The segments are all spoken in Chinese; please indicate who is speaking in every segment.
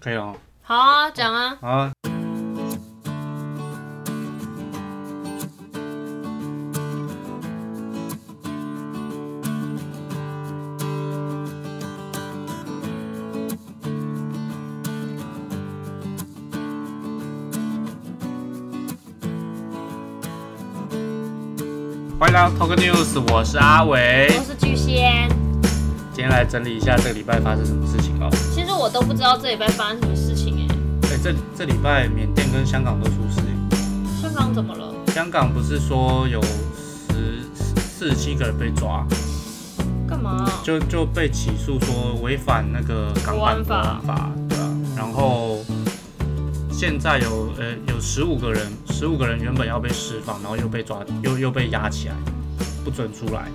Speaker 1: 可以了哈。
Speaker 2: 好啊，讲啊，
Speaker 1: 好啊，欢迎来到 Talk News，我是阿伟
Speaker 2: 我，是巨仙。
Speaker 1: 今天来整理一下这个礼拜发生什么事情哦。
Speaker 2: 其实我都不知道这礼拜发生什么事情哎、
Speaker 1: 哎、这这礼拜缅甸跟香港都出事、
Speaker 2: 香港怎么了？
Speaker 1: 香港不是说有十四十七个人被抓，
Speaker 2: 干嘛、
Speaker 1: 就就被起诉说违反那个港版国
Speaker 2: 国安法
Speaker 1: 安法，对啊。然后现在有呃有十五个人，十五个人原本要被释放，然后又被抓，又又被压起来，不准出来。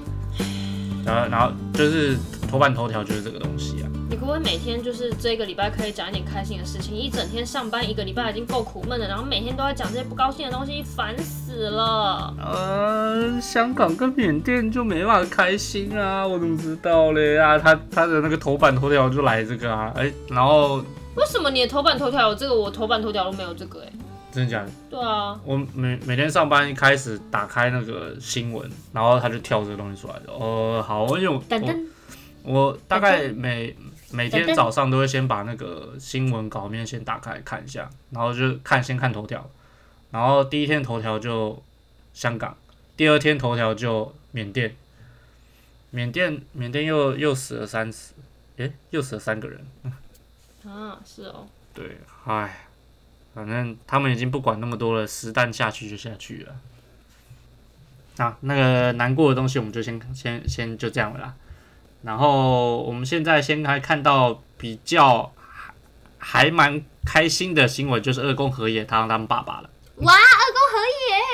Speaker 1: 然后然后就是头版头条就是这个东西啊。
Speaker 2: 你可不可以每天就是这个礼拜可以讲一点开心的事情？一整天上班一个礼拜已经够苦闷了，然后每天都在讲这些不高兴的东西，烦死了。
Speaker 1: 呃，香港跟缅甸就没办法开心啊，我怎么知道嘞？啊，他他的那个头版头条就来这个啊，哎、然后
Speaker 2: 为什么你的头版头条有这个，我头版头条都没有这个哎、
Speaker 1: 真的假的？
Speaker 2: 对啊，
Speaker 1: 我每每天上班一开始打开那个新闻，然后他就跳这个东西出来的。哦、好，因为我
Speaker 2: 等等，
Speaker 1: 我我大概每每
Speaker 2: 等
Speaker 1: 天
Speaker 2: 等
Speaker 1: 早上都会先把那个新闻稿面先打开看一下，然后就看先看头条，然后第一天头条就香港，第二天头条就缅甸，缅甸缅甸又又死了三十，诶，又死了三个人。
Speaker 2: 啊，是哦，
Speaker 1: 对，唉，反正他们已经不管那么多了，实弹下去就下去了。啊，那个难过的东西我们就先先先就这样了啦。然后我们现在先来看到比较还还蛮开心的新闻，就是二宫和也他当他们爸爸了。
Speaker 2: 哇，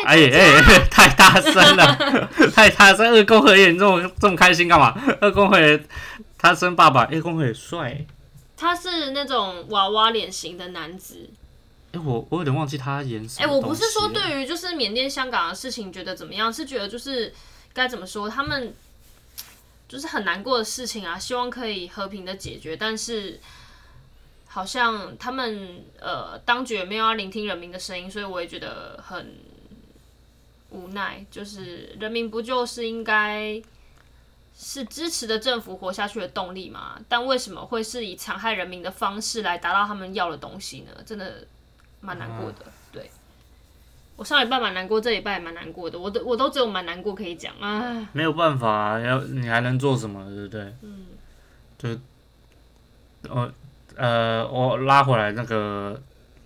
Speaker 1: 哎哎哎，太大声了， 太大声！二宫和也你这么这么开心干嘛？二宫和也他生爸爸，二宫和也帅、
Speaker 2: 他是那种娃娃脸型的男子，
Speaker 1: 哎、我我有点忘记他演什
Speaker 2: 哎、
Speaker 1: 么
Speaker 2: 我不
Speaker 1: 东
Speaker 2: 是
Speaker 1: 西
Speaker 2: 说
Speaker 1: 了
Speaker 2: 对于就是缅甸、香港的事情觉得怎么样，是觉得就是该怎么说，他们就是很难过的事情啊，希望可以和平的解决，但是好像他们呃当局也没有要聆听人民的声音，所以我也觉得很无奈，就是人民不就是应该。是支持的政府活下去的动力嘛？但为什么会是以残害人民的方式来达到他们要的东西呢？真的蛮难过
Speaker 1: 嗯
Speaker 2: 的。对，我上礼拜蛮难过，这礼拜也蛮难过的，我都我都只有蛮难过可以讲啊。
Speaker 1: 没有办法、啊，要你还能做什么，对不对？嗯，就，呃呃，我拉回来那个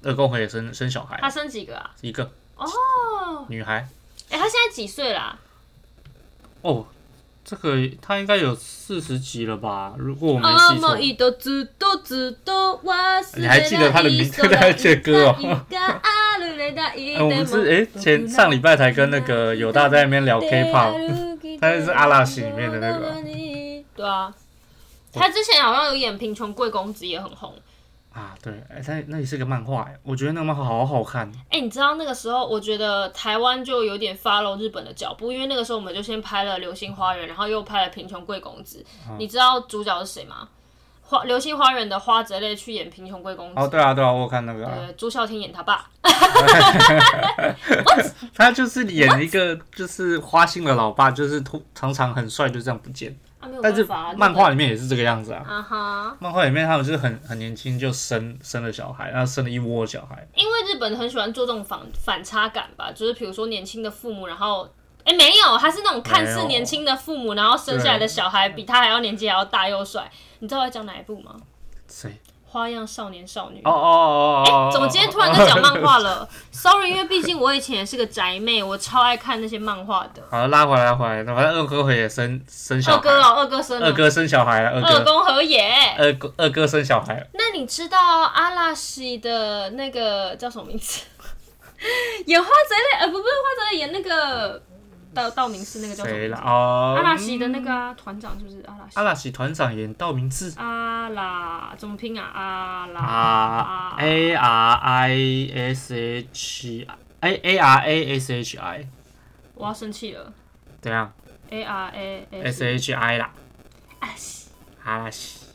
Speaker 1: 二宫和也生生小孩，
Speaker 2: 他生几个啊？
Speaker 1: 一个
Speaker 2: 哦，
Speaker 1: 女孩
Speaker 2: 哎、他现在几岁啦、
Speaker 1: 哦，这个她应该有四十集了吧？如果我没
Speaker 2: 啊？
Speaker 1: 记错，
Speaker 2: 一都知道知道我是
Speaker 1: 你还记得他的名字他还记得歌哦 哎我们是哎、前上礼拜才跟那个友大在那边聊 K-pop，他 就是阿拉西里面的那个啊
Speaker 2: 对啊，他之前好像有演《贫穷贵公子》，也很红。
Speaker 1: 啊，对，哎、那那也是个漫画，哎我觉得那个漫画好好看，
Speaker 2: 哎、你知道那个时候，我觉得台湾就有点 follow 日本的脚步，因为那个时候我们就先拍了《流星花园》，然后又拍了《贫穷贵公子》
Speaker 1: 嗯
Speaker 2: 你知道主角是谁吗？花《流星花园》的花泽类去演贫穷贵公子，
Speaker 1: 哦，对啊，对啊，我有看那个、啊，
Speaker 2: 呃，朱孝天演他爸。
Speaker 1: 他就是演一个就是花心的老爸，就是突常常很帅就这样不见，
Speaker 2: 啊，没有
Speaker 1: 但是
Speaker 2: 办法、啊，
Speaker 1: 漫画
Speaker 2: 日
Speaker 1: 里面也是这个样子啊
Speaker 2: 本。啊哈，
Speaker 1: 漫画里面他们就是很很年轻就生生了小孩，然后生了一窝小孩。
Speaker 2: 因为日本很喜欢做这种反反差感吧，就是比如说年轻的父母，然后。哎、没有，他是那种看
Speaker 1: 没
Speaker 2: 似
Speaker 1: 有
Speaker 2: 年轻的父母，然后生下来的小孩比他还要年纪还要大又帅。你知道我在讲哪一部吗？
Speaker 1: 谁？
Speaker 2: 《花样少年少女》
Speaker 1: 哦哦哦哦哦哦！
Speaker 2: 哎怎么今天突然在讲漫画 了？Sorry，因为毕竟我以前也是个宅妹，我超爱看那些漫画的。
Speaker 1: 好拉回来拉回来，反正二哥也生生小
Speaker 2: 二
Speaker 1: 孩，
Speaker 2: 哥哦，二哥生
Speaker 1: 二
Speaker 2: 了，
Speaker 1: 哥生小孩了，二
Speaker 2: 二
Speaker 1: 哥呃
Speaker 2: 宫和也。
Speaker 1: 二哥二哥生小孩了，
Speaker 2: 那你知道阿拉西的那个叫什么名字？ 演花泽类，呃，不，不是花泽类，演那个道道明寺那个叫什么
Speaker 1: 谁
Speaker 2: 名字
Speaker 1: 了？？哦，
Speaker 2: 阿拉西的那个啊，团长是不是阿拉西
Speaker 1: 阿？拉西团长演道明寺
Speaker 2: 阿拉怎么拼啊？阿拉
Speaker 1: 啊，A R I S H I 哎 A R A S H I，
Speaker 2: 我要生气了。
Speaker 1: 怎样
Speaker 2: A 哎 R A
Speaker 1: ？S H I 啦。
Speaker 2: 阿西
Speaker 1: 阿拉西，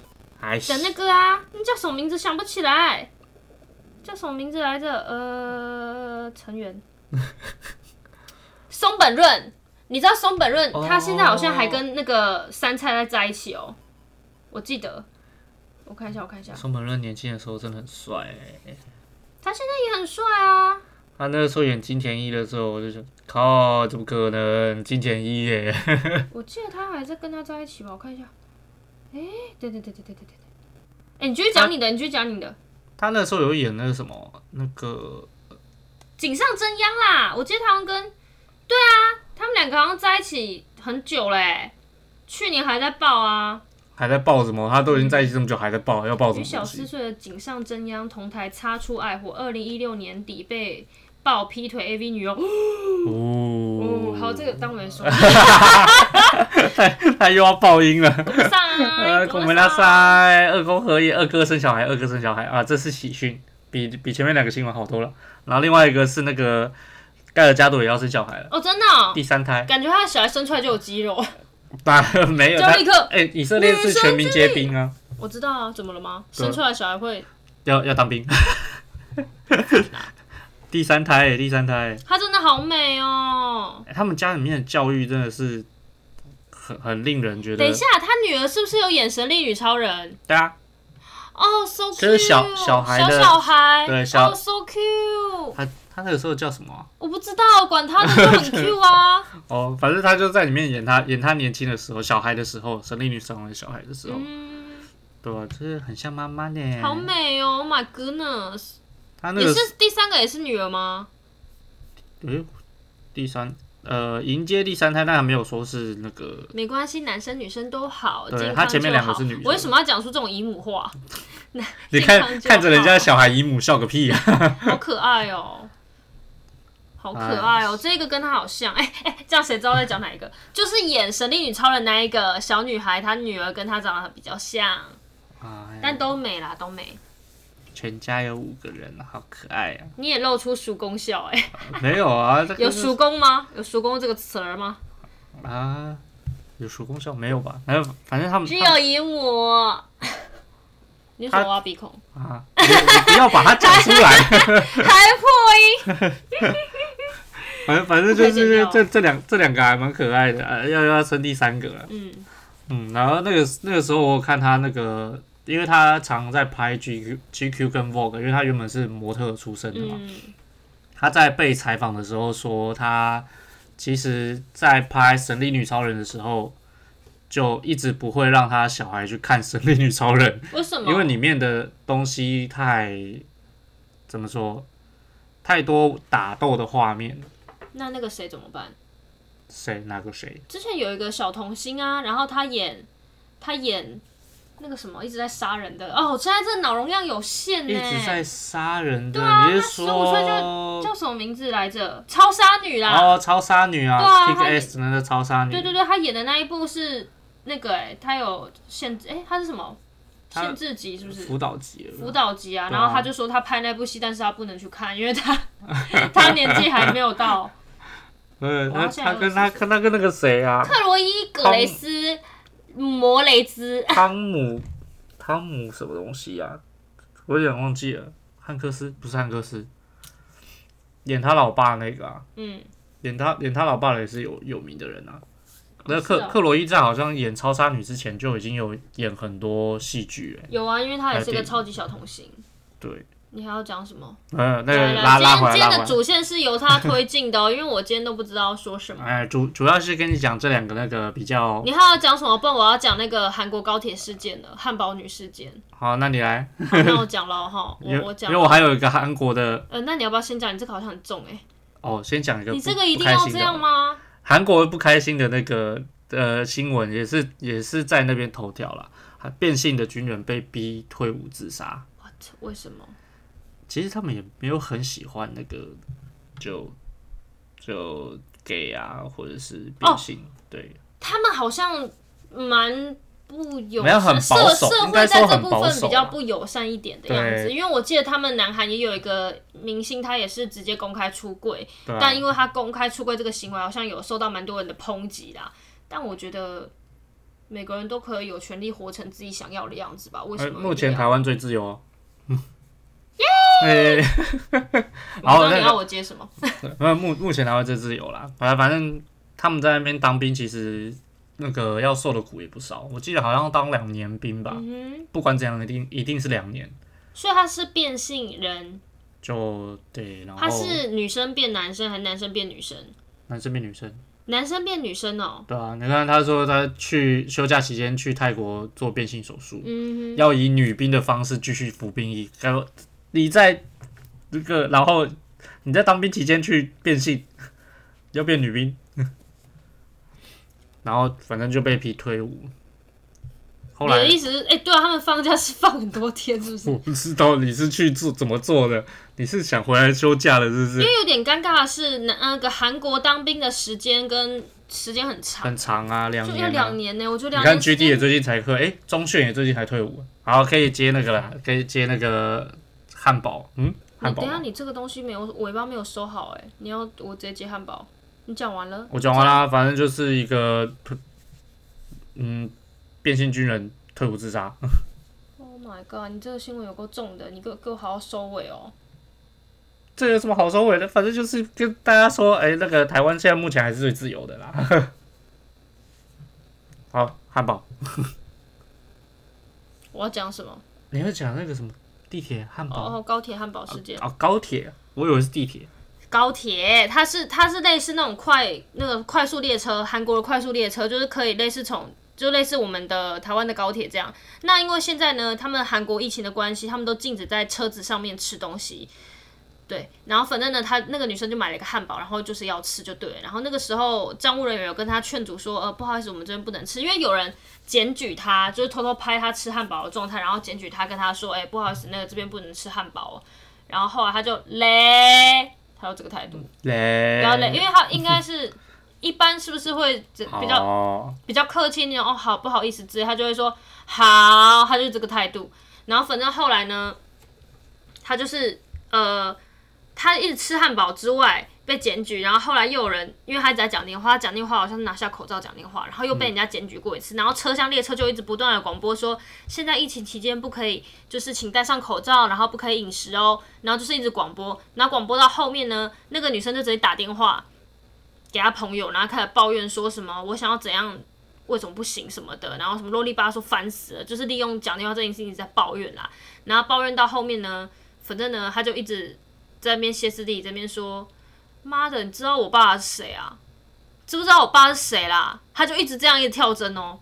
Speaker 1: 哎，
Speaker 2: 的那个啊，那叫什么名字想不起来，叫什么名字来着？呃，成员松本润，你知道松本润、
Speaker 1: 哦
Speaker 2: 他现在好像还跟那个杉菜在在一起哦，我记得，我看一下，我看一下，
Speaker 1: 松本润年轻的时候真的很帅、欸，
Speaker 2: 他现在也很帅啊，
Speaker 1: 他那个时候演金田一的时候，我就想，靠，怎么可能？金田一耶、
Speaker 2: 我记得他还在跟他在一起吧，我看一下，哎、对对对对对对对对，哎、你继续讲你的，你继续讲你的，
Speaker 1: 他那时候有演那个什么，那个
Speaker 2: 井上真央啦，我记得他们跟，对啊，他们两个好像在一起很久嘞、去年还在爆啊，
Speaker 1: 还在爆什么？他都已经在一起这么久，还在爆，要爆什
Speaker 2: 与
Speaker 1: 么
Speaker 2: 小
Speaker 1: 东
Speaker 2: 四
Speaker 1: 西？
Speaker 2: 岁的井上真央同台擦出爱火，二零一六年底被爆劈腿 AV 女优，
Speaker 1: 哦
Speaker 2: 哦，好，这个当没说，
Speaker 1: 他又要爆音了。
Speaker 2: 上啊
Speaker 1: 呃，，孔梅拉，塞，二宫和也，二哥生小孩，二哥生小孩啊，这是喜讯，比比前面两个新闻好多了。然后另外一个是那个盖尔加朵也要生小孩了，
Speaker 2: 哦，真的、哦，
Speaker 1: 第三胎。
Speaker 2: 感觉他的小孩生出来就有肌肉，
Speaker 1: 啊，没有
Speaker 2: 就
Speaker 1: 他，
Speaker 2: 立刻，
Speaker 1: 哎、以色列是全民皆兵啊，
Speaker 2: 我知道啊，怎么了吗？
Speaker 1: 对
Speaker 2: 生出来小孩会，
Speaker 1: 要要当兵。 第三胎，第三胎，
Speaker 2: 他真的好美哦。
Speaker 1: 他们家里面的教育真的是很很令人觉得
Speaker 2: 等一。下，他女儿是不是有眼神力女超人？
Speaker 1: 对啊，
Speaker 2: 哦、s o cute，
Speaker 1: 就是小小孩
Speaker 2: 小
Speaker 1: 的
Speaker 2: 小孩，
Speaker 1: 对小
Speaker 2: 哦、s o cute，
Speaker 1: 他他那个时候叫什么啊、
Speaker 2: 我不知道，管他的 就很 Q 啊，
Speaker 1: 哦，反正他就在里面演他演他年轻的时候，小孩的时候，神力女神的小孩的时候，
Speaker 2: 嗯，
Speaker 1: 对吧、就是很像妈妈呢。
Speaker 2: 好美哦、m y goodness，
Speaker 1: 嗯他那
Speaker 2: 也
Speaker 1: 个
Speaker 2: 是第三个也是女儿吗？
Speaker 1: 诶第三呃迎接第三胎，但还没有说是那个
Speaker 2: 没关系，男生女生都好，
Speaker 1: 对
Speaker 2: 健康
Speaker 1: 他前面
Speaker 2: 就
Speaker 1: 两个
Speaker 2: 好
Speaker 1: 是女生
Speaker 2: 我为什么要讲出这种姨母话？
Speaker 1: 你
Speaker 2: 健
Speaker 1: 看
Speaker 2: 康就
Speaker 1: 看着人家
Speaker 2: 好
Speaker 1: 小孩姨母笑个屁啊！
Speaker 2: 好可爱 哦、好可爱哦、这个跟他好像，哎、哎、这样谁知道在讲哪一个？就是演《神力女超人》那一个小女孩，她女儿跟她长得比较像，
Speaker 1: 哎
Speaker 2: 但都美啦，都美。
Speaker 1: 全家有五个人，好可爱啊！
Speaker 2: 你也露出叔公笑哎、
Speaker 1: 没有啊，这个
Speaker 2: 有
Speaker 1: 是
Speaker 2: 叔公吗？有叔公这个词儿吗？
Speaker 1: 啊，有叔公笑没有吧？反正反正他们
Speaker 2: 只
Speaker 1: 他
Speaker 2: 有姨母。你为什么挖鼻孔？
Speaker 1: 们啊，你你不要把它讲出 来。
Speaker 2: 还破音？
Speaker 1: 反正反正就
Speaker 2: 不可以剪
Speaker 1: 是
Speaker 2: 掉
Speaker 1: 这这两这两个还蛮可爱的，啊、要要生第三个了。
Speaker 2: 嗯，
Speaker 1: 嗯，然后那个那个时候我看他那个，因为他常在拍 GQ GQ 跟 Vogue，因为他原本是模特出身的嘛。
Speaker 2: 嗯，
Speaker 1: 他在被采访的时候说，他其实在拍《神力女超人》的时候，就一直不会让他小孩去看《神力女超人
Speaker 2: 为什》，么？
Speaker 1: 因为里面的东西太怎么说，太多打斗的画面。
Speaker 2: 那那个谁怎么办？
Speaker 1: 谁哪个谁？
Speaker 2: 之前有一个小童星啊，然后他演他演那个什么一直在杀人的哦，现在这脑容量有限
Speaker 1: 一
Speaker 2: 呢、
Speaker 1: 直在杀人的，
Speaker 2: 嗯对啊
Speaker 1: 你是
Speaker 2: 他15岁
Speaker 1: 说
Speaker 2: 叫什么名字来着？超杀女啦，
Speaker 1: 哦，超杀女啊
Speaker 2: 对啊
Speaker 1: k i
Speaker 2: 她
Speaker 1: c k S 那个超杀女，
Speaker 2: 对对对，他演的那一部是那个哎、他有限制哎、他是什么
Speaker 1: 他
Speaker 2: 限制级是不是？
Speaker 1: 辅导级了
Speaker 2: 辅导级啊，
Speaker 1: 对啊
Speaker 2: 然后他就说他拍那部戏，但是他不能去看，因为他 他年纪还没有到。
Speaker 1: 嗯，
Speaker 2: 哇
Speaker 1: 他
Speaker 2: 现
Speaker 1: 他
Speaker 2: 在
Speaker 1: 跟
Speaker 2: 24
Speaker 1: 他跟他跟那个谁啊，
Speaker 2: 克洛伊·格雷斯·摩雷兹，
Speaker 1: 汤姆汤姆什么东西啊？我有点忘记了，汉克斯不是汉克斯，演他老爸那个啊，
Speaker 2: 嗯，
Speaker 1: 演他演他老爸的也是有有名的人啊。那克、
Speaker 2: 是哦
Speaker 1: 克罗伊在好像演超杀女之前就已经有演很多戏剧了，
Speaker 2: 有啊，因为他
Speaker 1: 还
Speaker 2: 也是
Speaker 1: 有电
Speaker 2: 个
Speaker 1: 影
Speaker 2: 超级小童星。
Speaker 1: 对，
Speaker 2: 你还要讲什么？
Speaker 1: 呃，那个
Speaker 2: 来来
Speaker 1: 拉
Speaker 2: 今
Speaker 1: 拉
Speaker 2: 天
Speaker 1: 回来
Speaker 2: 今
Speaker 1: 拉
Speaker 2: 天
Speaker 1: 回
Speaker 2: 的
Speaker 1: 来。
Speaker 2: 主线是由他推进的哦，因为我今天都不知道说什么。
Speaker 1: 哎，主主要是跟你讲这两个那个比较
Speaker 2: 你还要讲什么？不然我要讲那个韩国高铁事件了，汉堡女事件。
Speaker 1: 好，那你来，
Speaker 2: 好，那我讲了哈，
Speaker 1: 因为
Speaker 2: 我我
Speaker 1: 因
Speaker 2: 讲
Speaker 1: 为。我还有一个韩国的
Speaker 2: 呃，那你要不要先讲？你这个好像很重哎、
Speaker 1: 哦，先讲一个不
Speaker 2: 你这个一定
Speaker 1: 不开
Speaker 2: 要
Speaker 1: 心
Speaker 2: 这
Speaker 1: 的
Speaker 2: 样吗？
Speaker 1: 韩国不开心的那个呃新闻也是也是在那边头条啦，还变性的军人被逼退伍自杀。
Speaker 2: What？为什么？
Speaker 1: 其实他们也没有很喜欢那个就就 gay 啊，或者是
Speaker 2: 哦
Speaker 1: 变性，对，
Speaker 2: 他们好像蛮不友
Speaker 1: 没有很
Speaker 2: 善，
Speaker 1: 保
Speaker 2: 社
Speaker 1: 守
Speaker 2: 社
Speaker 1: 应
Speaker 2: 会
Speaker 1: 该
Speaker 2: 在
Speaker 1: 说
Speaker 2: 这
Speaker 1: 很
Speaker 2: 部
Speaker 1: 保
Speaker 2: 分
Speaker 1: 守
Speaker 2: 比较
Speaker 1: 啊
Speaker 2: 不友善一点的样子。
Speaker 1: 对
Speaker 2: 因为我记得他们南韩也有一个明星，他也是直接公开出柜，
Speaker 1: 对啊
Speaker 2: 但因为他公开出柜这个行为，好像有受到蛮多人的抨击啦。但我觉得每个人都可以有权利活成自己想要的样子吧？为
Speaker 1: 哎
Speaker 2: 什么一定要？
Speaker 1: 目前台湾最自由哦。 耶！
Speaker 2: 我不知
Speaker 1: 好
Speaker 2: 道
Speaker 1: 那
Speaker 2: 你
Speaker 1: 个
Speaker 2: 啊要我接什么？
Speaker 1: 那目目前台湾这自由啦，反正反正他们在那边当兵，其实那个要受的苦也不少。我记得好像当两年兵吧，
Speaker 2: 嗯
Speaker 1: 不管怎样，一定一定是两年。
Speaker 2: 哼，所以他是变性人，
Speaker 1: 就对，然
Speaker 2: 他
Speaker 1: 后
Speaker 2: 是女生变男生还是男生变女生？
Speaker 1: 男生变女生，
Speaker 2: 男生变女生哦、
Speaker 1: 对啊，你看他说他去休假期间去泰国做变性手术，
Speaker 2: 嗯
Speaker 1: 要以女兵的方式继续服兵役。然后你在这个，然后你在当兵期间去变性，要变女兵， 然后反正就被批退伍。后
Speaker 2: 哼，你的
Speaker 1: 来
Speaker 2: 意思是，哎、对啊，他们放假是放很多天，是不是？
Speaker 1: 我不知道你是去做怎么做的，你是想回来休假的，是不
Speaker 2: 因
Speaker 1: 是？
Speaker 2: 为有点尴尬的是，那那个韩国当兵的时间跟时间很长，
Speaker 1: 很长啊，两
Speaker 2: 就
Speaker 1: 年、
Speaker 2: 要
Speaker 1: 啊。
Speaker 2: 两年呢、我觉
Speaker 1: 你
Speaker 2: 得两
Speaker 1: 看
Speaker 2: 年时
Speaker 1: G D
Speaker 2: 间
Speaker 1: 也最近才退，哎、中炫也最近才退伍，好，可以接那个啦，可以接那个汉堡，嗯，汉
Speaker 2: 你
Speaker 1: 堡
Speaker 2: 等一下，
Speaker 1: 吗，
Speaker 2: 你这个东西没有尾巴没有收好哎、你要我直接接汉堡？你讲完了？
Speaker 1: 我讲完啦，反正就是一个，嗯，变性军人退伍自杀，
Speaker 2: Oh my god！你这个新闻有够重的，你给我给我好好收尾哦。
Speaker 1: 这有什么好收尾的？反正就是跟大家说，哎、那个台湾现在目前还是最自由的啦。 好，汉堡，
Speaker 2: 我要讲什么？
Speaker 1: 你会讲那个什么地铁汉堡？
Speaker 2: 哦，高铁汉堡事件，
Speaker 1: 哦，高铁，我以为是地铁。
Speaker 2: 高铁它是它是类似那种快那个快速列车，韩国的快速列车就是可以类似从就类似我们的台湾的高铁这样。那因为现在呢，他们韩国疫情的关系，他们都禁止在车子上面吃东西。对，然后反正呢，她那个女生就买了一个汉堡，然后就是要吃就对了。然后那个时候，站务人员有跟她劝阻说，呃，不好意思，我们这边不能吃，因为有人检举她，就是偷偷拍她吃汉堡的状态，然后检举她，跟她说，哎、不好意思，那个这边不能吃汉堡、哦。然后后来她就嘞， 她有这个态
Speaker 1: 嗯
Speaker 2: 度，
Speaker 1: 嘞，
Speaker 2: 不要嘞，因为她应该是一般是不是会比较
Speaker 1: 哦，
Speaker 2: 比较客气那种，哦，好不好意思之类，他就会说好，他就是这个态度。然后反正后来呢，他就是呃，他一直吃汉堡之外被检举，然后后来又有人因为他一直在讲电话，他讲电话好像是拿下口罩讲电话，然后又被人家检举过一次。然后车厢列车就一直不断的广播说，现在疫情期间不可以，就是请戴上口罩，然后不可以饮食哦。然后就是一直广播，然后广播到后面呢，那个女生就直接打电话。给她朋友，然后开始抱怨说什么我想要怎样为什么不行什么的，然后什么啰里吧嗦烦死了，就是利用讲电话这件事情在抱怨啦。然后抱怨到后面呢，反正呢他就一直在那边歇斯底里，在那边说：“妈的，你知道我爸是谁啊？知不知道我爸是谁啦？”他就一直这样一直跳针哦，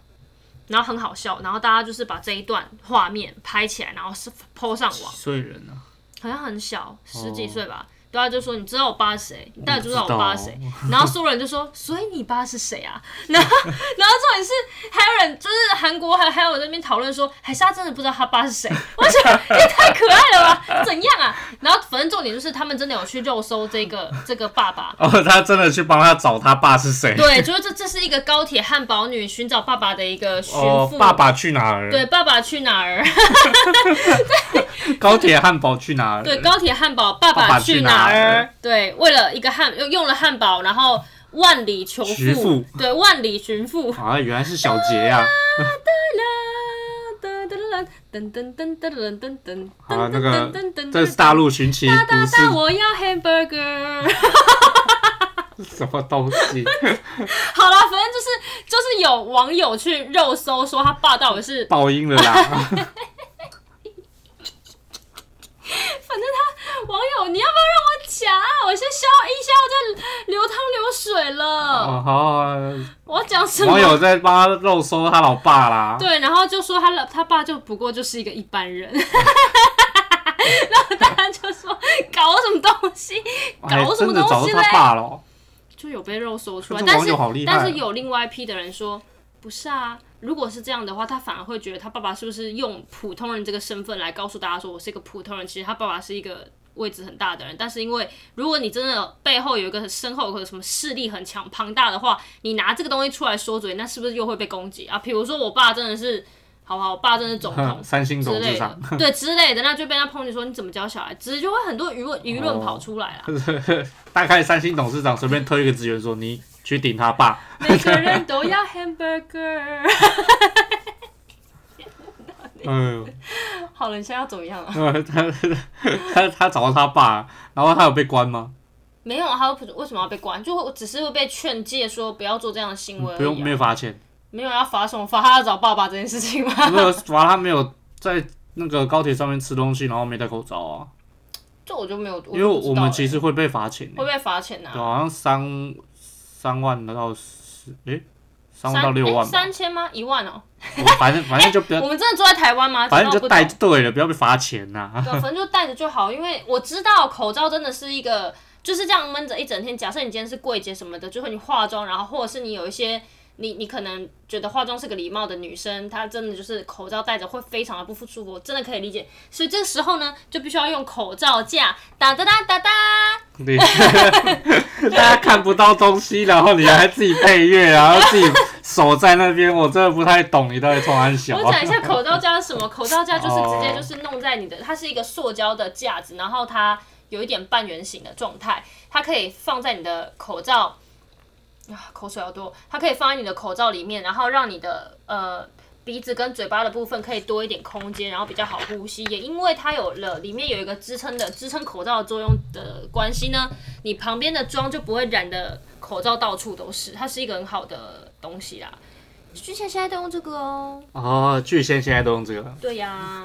Speaker 2: 然后很好笑。然后大家就是把这一段画面拍起来，然后是 PO 上
Speaker 1: 几
Speaker 2: 网，
Speaker 1: 岁人啊？
Speaker 2: 好像很小，十几岁吧。对啊，就说你知道我爸是谁？你到底知不知道
Speaker 1: 哦不知
Speaker 2: 我
Speaker 1: 道
Speaker 2: 爸是谁？然后所有人就说，所以你爸是谁啊？ 然后，然后重点是还有人就是韩国还还有人在那边讨论说，还是他真的不知道他爸是谁？ 我觉得也太可爱了吧，怎样啊？然后反正重点就是他们真的有去肉搜这个这个爸爸，
Speaker 1: 哦，他真的去帮他找他爸是谁？
Speaker 2: 对，就是这这是一个高铁汉堡女寻找爸爸的一个寻
Speaker 1: 哦
Speaker 2: 父，，
Speaker 1: 爸爸去哪儿？
Speaker 2: 对，爸爸去哪儿？
Speaker 1: 高铁汉堡去哪儿？
Speaker 2: 对，高铁汉堡，爸
Speaker 1: 爸爸去
Speaker 2: 去
Speaker 1: 哪
Speaker 2: 哪
Speaker 1: 儿？
Speaker 2: 对，为了一个汉用用了汉堡，然后万里求
Speaker 1: 寻父
Speaker 2: 父，对，万里寻父。
Speaker 1: 啊，原来是小杰啊！
Speaker 2: 噔噔噔噔噔噔噔噔噔
Speaker 1: 好了，
Speaker 2: 噔
Speaker 1: 那个
Speaker 2: 噔噔
Speaker 1: 这
Speaker 2: 噔
Speaker 1: 是大陆寻奇，
Speaker 2: 哒哒哒，
Speaker 1: 不
Speaker 2: 我要 hamburger。
Speaker 1: 是什么东西。
Speaker 2: 好啦，反正就是就是有网友去肉搜说他爸到底是，
Speaker 1: 爆音了 啦！
Speaker 2: 网友你要不要让我讲啊？我先消一下，我在流汤流水了。
Speaker 1: 哦，好，
Speaker 2: 我要讲什么？
Speaker 1: 网友在帮他肉搜他老爸啦。
Speaker 2: 对，然后就说他他爸就不过就是一个一般人， 然后大家就说搞什么东西，
Speaker 1: 哎，
Speaker 2: 搞什
Speaker 1: 真
Speaker 2: 么
Speaker 1: 的
Speaker 2: 东
Speaker 1: 找
Speaker 2: 西
Speaker 1: 到
Speaker 2: 嘞
Speaker 1: 他？爸了。哦
Speaker 2: 就有被肉搜出来，
Speaker 1: 这
Speaker 2: 但
Speaker 1: 网
Speaker 2: 是
Speaker 1: 友好厉害啊，
Speaker 2: 但是有另外一批的人说不是啊，如果是这样的话，他反而会觉得他爸爸是不是用普通人这个身份来告诉大家说我是一个普通人，其实他爸爸是一个。位置很大的人，但是因为如果你真的背后有一个身后有个什么势力很强庞大的话，你拿这个东西出来说嘴，那是不是又会被攻击啊？比如说我爸真的是好不好？我爸真是总统
Speaker 1: 三星
Speaker 2: 之
Speaker 1: 董
Speaker 2: 类
Speaker 1: 事长
Speaker 2: 的，对之类的，那就被他抨击说你怎么教小孩，只是就会很多舆论舆
Speaker 1: 哦
Speaker 2: 论跑出 来啦，
Speaker 1: 大概三星董事长随便推一个职员说你去顶他爸，
Speaker 2: 每个人 都要 hamburger。
Speaker 1: 嗯，
Speaker 2: 好了，你现在要怎么样啊？
Speaker 1: 呃他他他找到他爸，然后他有被关吗？
Speaker 2: 没有啊，他为什么要被关？就我只是会被劝诫说不要做这样的行为而已
Speaker 1: 嗯
Speaker 2: 啊、
Speaker 1: 不用没有罚钱，
Speaker 2: 没有要罚什么罚，他要找爸爸这件事情吗？
Speaker 1: 没有罚他没有在那个高铁上面吃东西，然后没戴口罩啊，
Speaker 2: 这我就没有，
Speaker 1: 因为我们其
Speaker 2: 实
Speaker 1: 实会被罚钱的、
Speaker 2: 会被罚钱呐、啊
Speaker 1: 对，啊好像三三万到十，诶、三
Speaker 2: 三
Speaker 1: 万到六万
Speaker 2: 诶
Speaker 1: 吧，
Speaker 2: 三千吗？一万哦、
Speaker 1: 我反正反正就不要，
Speaker 2: 我们真的住在台湾吗？
Speaker 1: 反正
Speaker 2: 知
Speaker 1: 就
Speaker 2: 道不
Speaker 1: 带
Speaker 2: 懂
Speaker 1: 就对了，不要被罚钱啊呐、
Speaker 2: 对，啊反正就戴着就好，因为我知道口罩真的是一个就是这样闷着一整天。假设你今天是柜姐什么的，就是你化妆，然后或者是你有一些你你可能觉得化妆是个礼貌的女生，她真的就是口罩戴着会非常的不舒服，我真的可以理解。所以这个时候呢，就必须要用口罩架，哒哒哒哒哒，
Speaker 1: 你 大家看不到东西，然后你还自己配乐，然后自己守在那边，我真的不太懂你到底创安小
Speaker 2: 我
Speaker 1: 啊
Speaker 2: 讲一。下口罩架是什么，口罩架就是直接
Speaker 1: 哦
Speaker 2: 就是弄在你的，它是一个塑胶的架子，然后它有一点半圆形的状态，它可以放在你的口罩，啊，口水好多，它可以放在你的口罩里面，然后让你的呃。鼻子跟嘴巴的部分可以多一点空间，然后比较好呼吸。也因为它有了里面有一个支撑的支撑口罩的作用的关系呢，你旁边的妆就不会染的口罩到处都是，它是一个很好的东西啦。之前现在都用这个哦。
Speaker 1: 哦，巨蟹现在都用这个，
Speaker 2: 对呀、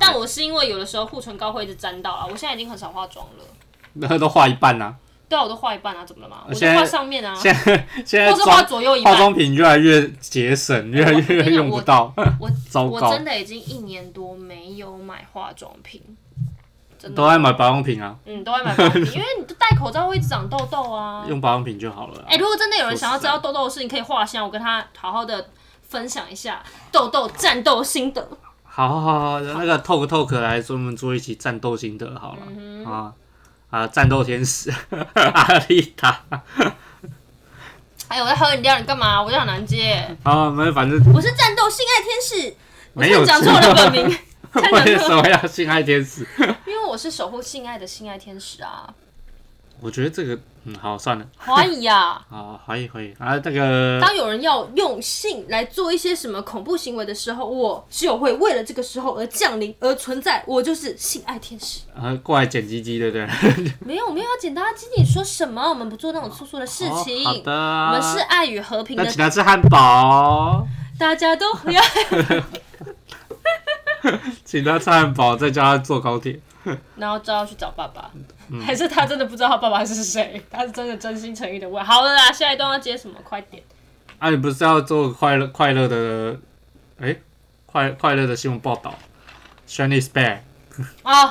Speaker 2: 但我是因为有的时候护唇膏会一直沾到啊，我现在已经很少化妆了。
Speaker 1: 那都画一半啦、
Speaker 2: 对啊，我都画一半啊，怎么了嘛？我
Speaker 1: 呃现
Speaker 2: 就
Speaker 1: 在
Speaker 2: 画上面啊，
Speaker 1: 现在现在
Speaker 2: 或是画
Speaker 1: 妆
Speaker 2: 左右一
Speaker 1: 化
Speaker 2: 半。
Speaker 1: 妆品越来越节省，越来
Speaker 2: 我跟你
Speaker 1: 越
Speaker 2: 讲
Speaker 1: 用不到，
Speaker 2: 我
Speaker 1: 糟
Speaker 2: 我
Speaker 1: 糕
Speaker 2: 真，的已经一年多没有买化妆品，真的
Speaker 1: 都爱买保养品啊，
Speaker 2: 嗯都爱买化妆 品，因为你戴口罩会一直长痘痘啊。
Speaker 1: 用保养品就好了啊啦
Speaker 2: 哎、。如果真的有人想要知道痘痘的事，你可以画像，我跟他好好的分享一下痘痘战斗心得。
Speaker 1: 好好好好，那个 talk talk 来专门做一期战斗心得好了、
Speaker 2: 嗯
Speaker 1: 啊啊，战斗天使 阿丽 塔
Speaker 2: 哎、我在喝饮料，你干嘛？我就很 难接。
Speaker 1: 啊，没有反正
Speaker 2: 我是战斗性爱天使，我
Speaker 1: 没有
Speaker 2: 真的讲错了本名。 太难
Speaker 1: 为
Speaker 2: 喝
Speaker 1: 什么要性爱天使？
Speaker 2: 因为我是守护性爱的性爱天使啊，
Speaker 1: 我觉得这个，嗯，好，算了，。
Speaker 2: 怀疑啊
Speaker 1: 好，可以可以啊，这个
Speaker 2: 当有人要用性来做一些什么恐怖行为的时候，我就会为了这个时候而降临而存在，我就是性爱天使。
Speaker 1: 呃，过来剪鸡鸡，对不对？
Speaker 2: 没有，没有要简单鸡，你说什么？我们不做那种粗哦俗的事情，
Speaker 1: 哦好好的，
Speaker 2: 我们是爱与和平
Speaker 1: 那
Speaker 2: 的，
Speaker 1: 请他吃汉堡，
Speaker 2: 大家都不 要。
Speaker 1: 请他吃汉堡，再叫他坐高铁。
Speaker 2: 然后就要去找爸爸，还是他真的不知道他爸爸是谁？他是真的真心诚意的问。好了啦，下一段要接什么？快点。
Speaker 1: 啊，你不是要做快乐快乐的，哎、快快乐的新闻报道 s h a n i s back。
Speaker 2: 哦，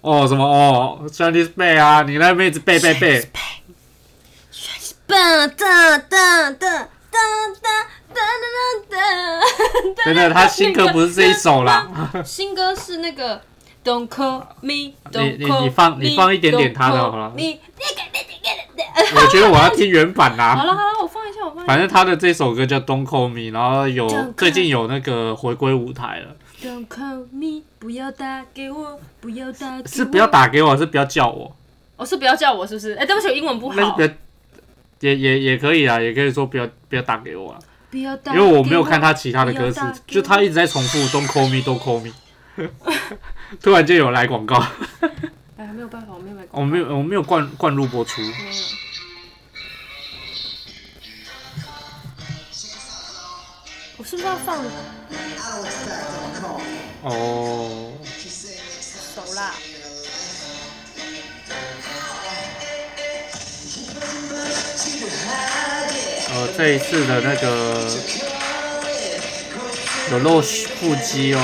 Speaker 1: 哦，什么哦 s h a n i s back 啊，你那边一直背背背，
Speaker 2: 哒哒哒哒哒哒哒哒哒。
Speaker 1: 真的，他新歌不是这一首啦。
Speaker 2: 新歌是那个 Don't call me, Don't
Speaker 1: 你
Speaker 2: call
Speaker 1: 你放
Speaker 2: me,
Speaker 1: 你放一点点
Speaker 2: don't
Speaker 1: 他的
Speaker 2: call
Speaker 1: 好了
Speaker 2: 你
Speaker 1: 我觉得我要听原版啦、
Speaker 2: 好了好了，我放一下，我放
Speaker 1: 啊
Speaker 2: 一下。
Speaker 1: 反正他的这首歌叫《Don't Call Me》，然后有
Speaker 2: Don't call
Speaker 1: 最近有那个回归舞台了，
Speaker 2: Don't call me，不要打给我，不要打给我。
Speaker 1: 是不要，打给我，是不要叫我，
Speaker 2: 我是不要叫我，是不是？哎，对不起，我英文不
Speaker 1: 但是
Speaker 2: 好
Speaker 1: 不。要也也也可以啊，也可以说不要不要打给我啊，
Speaker 2: 不要打
Speaker 1: 因
Speaker 2: 给
Speaker 1: 为
Speaker 2: 我，
Speaker 1: 我没有看他其他的歌
Speaker 2: 不要打
Speaker 1: 词
Speaker 2: 给我，
Speaker 1: 就他一直在重复 “Don't Call Me, Don't Call Me”，突然间有来广告，
Speaker 2: 哎，没有办法，我没有买过。
Speaker 1: 我没有我没有灌灌入播出，
Speaker 2: 没有。我是不是要放
Speaker 3: I don't expect them to call me.
Speaker 1: 哦，
Speaker 3: She said next time.
Speaker 2: 熟啦？
Speaker 1: 呃，这一次的那个有露腹肌哦，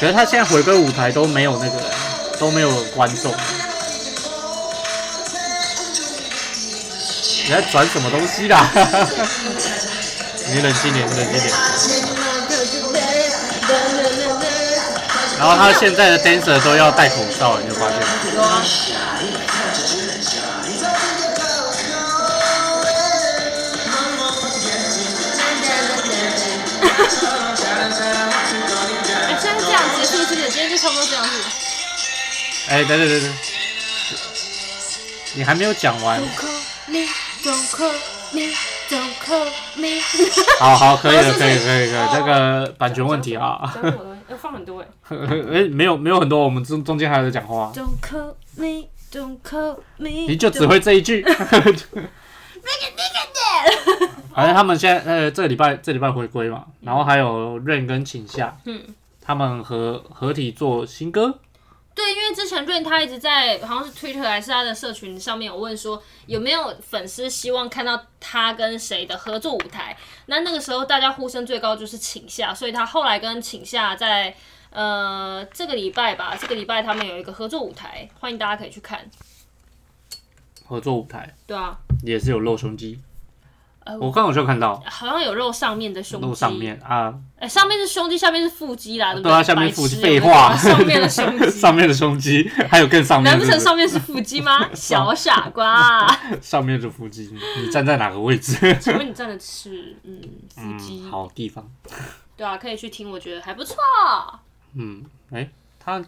Speaker 1: 可是他现在回归舞台都没有那个都没有观众，你在转什么东西啦？ 你冷静点，你冷静点。然后他现在的 dancer 都要戴口罩，你就发现了。
Speaker 3: Mama, yeah.
Speaker 2: 哎、现在是这样结束，是不是？今天就差不多这样子。
Speaker 1: 哎、等等等等，你还没有讲完。
Speaker 4: Don't call me, don't call me, don't call me。
Speaker 1: 好好，可以了，
Speaker 2: 是
Speaker 1: 可以，可以，可以
Speaker 2: 哦。
Speaker 1: 这个版权问题啊，
Speaker 2: 讲我的要放很多哎、
Speaker 1: 哎，没有没有很多，我们中中间还有在讲话，
Speaker 4: Don't call me, don't call me。
Speaker 1: 你就只会这一句。 反正他们现在呃，这个礼拜这礼拜回归嘛，然后还有 Rain 跟请夏，
Speaker 2: 嗯，
Speaker 1: 他们合合体做新歌，
Speaker 2: 对，因为之前润他一直在好像是 Twitter 还是他的社群上面有问说有没有粉丝希望看到他跟谁的合作舞台，那那个时候大家呼声最高就是请夏，所以他后来跟请夏在呃这个礼拜吧，这个礼拜他们有一个合作舞台，欢迎大家可以去看。
Speaker 1: 合作舞台
Speaker 2: 对啊，
Speaker 1: 也是有露胸肌，
Speaker 2: 呃
Speaker 1: 我刚好就看到
Speaker 2: 好像有肉上面的胸肌，
Speaker 1: 露上面啊，
Speaker 2: 哎、上面是胸肌，下面是腹肌啦，对不
Speaker 1: 对啊，下面腹肌，废
Speaker 2: 白
Speaker 1: 话，
Speaker 2: 痴有没有对啊上 面的胸肌，
Speaker 1: 上面的胸肌，还有更上面
Speaker 2: 难
Speaker 1: 的，
Speaker 2: 不成上面是腹肌 吗？小傻瓜，
Speaker 1: 上面的腹肌，你站在哪个位置？
Speaker 2: 请问你站的是嗯腹肌、
Speaker 1: 嗯，好地方。
Speaker 2: 对啊，可以去听，我觉得还不错。
Speaker 1: 嗯，哎、他